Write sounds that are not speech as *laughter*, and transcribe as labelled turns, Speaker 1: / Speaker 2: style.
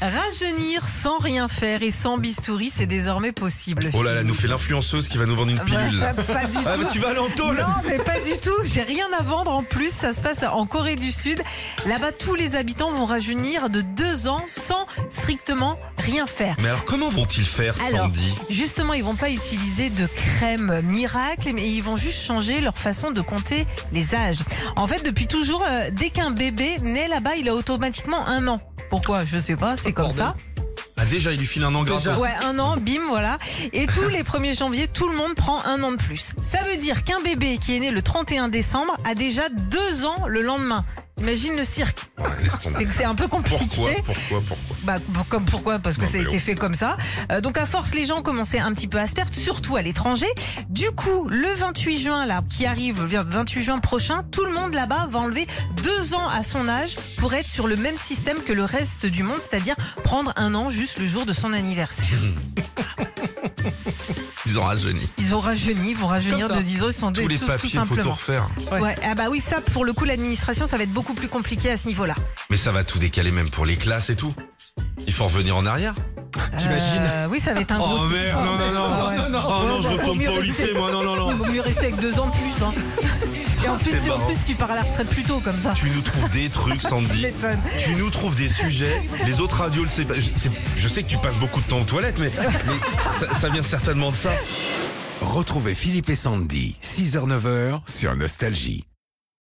Speaker 1: Rajeunir sans rien faire et sans bistouri, c'est désormais possible.
Speaker 2: Oh là là, elle nous fait l'influenceuse qui va nous vendre une pilule.
Speaker 1: Bah, pas, pas du
Speaker 2: Ah
Speaker 1: tout.
Speaker 2: bah tu vas à l'entôle
Speaker 1: Non, mais pas du tout. J'ai rien à vendre en plus. Ça se passe en Corée du Sud. Là-bas, tous les habitants vont rajeunir de deux ans sans strictement rien faire.
Speaker 2: Mais alors comment vont-ils faire,
Speaker 1: Alors,
Speaker 2: Sandy
Speaker 1: Justement, ils vont pas utiliser de crème miracle, mais ils vont juste changer leur façon de compter les âges. En fait, depuis toujours, euh, dès qu'un bébé naît là-bas, il a automatiquement un an. Pourquoi Je sais pas, c'est comme ça.
Speaker 2: Ah déjà, il lui file un an gratos.
Speaker 1: Ouais, un an, bim, voilà. Et tous les 1er janvier, tout le monde prend un an de plus. Ça veut dire qu'un bébé qui est né le 31 décembre a déjà deux ans le lendemain. Imagine le cirque.
Speaker 2: Laisse tomber.
Speaker 1: C'est que c'est un peu compliqué.
Speaker 2: Pourquoi Pourquoi Pourquoi
Speaker 1: Bah, pour- comme pourquoi Parce que
Speaker 2: Non,
Speaker 1: ça a
Speaker 2: mais
Speaker 1: été
Speaker 2: oh.
Speaker 1: fait comme ça. Euh, donc à force, les gens commençaient un petit peu à se perdre, surtout à l'étranger. Du coup, le 28 juin là, qui arrive, le 28 juin prochain, tout le monde là-bas va enlever deux ans à son âge pour être sur le même système que le reste du monde, c'est-à-dire prendre un an juste le jour de son anniversaire.
Speaker 2: Ils ont rajeuni.
Speaker 1: Ils ont rajeuni, ils vont rajeunir de 10 ans, ils sont
Speaker 2: Tous
Speaker 1: de-
Speaker 2: les
Speaker 1: tout, tout
Speaker 2: papiers, faut tout
Speaker 1: simplement.
Speaker 2: refaire.
Speaker 1: Ouais. Ah bah oui, ça pour le coup, l'administration, ça va être beaucoup plus compliqué à ce niveau-là.
Speaker 2: Mais ça va tout décaler même pour les classes et tout. Il faut revenir en arrière.
Speaker 1: T'imagines Euh, Oui, ça va être un gros. Ah ouais.
Speaker 2: Oh
Speaker 1: non, je retourne pas au lycée,
Speaker 2: moi, non, non,
Speaker 1: Vaut mieux rester avec deux ans de plus.
Speaker 2: *laughs*
Speaker 1: Hein. Et en plus,
Speaker 2: c'est
Speaker 1: tu, en
Speaker 2: marrant.
Speaker 1: plus, tu pars à la retraite plus tôt comme ça.
Speaker 2: Tu nous trouves des trucs,
Speaker 1: Tu
Speaker 2: Sandy.
Speaker 1: m'étonnes.
Speaker 2: Tu nous trouves des sujets. Les autres radios le savent pas. Je, c'est- je sais que tu passes beaucoup de temps aux toilettes, mais, mais ça- ça vient certainement de ça.
Speaker 3: Retrouvez Philippe et Sandy, 6h-9h sur Nostalgie.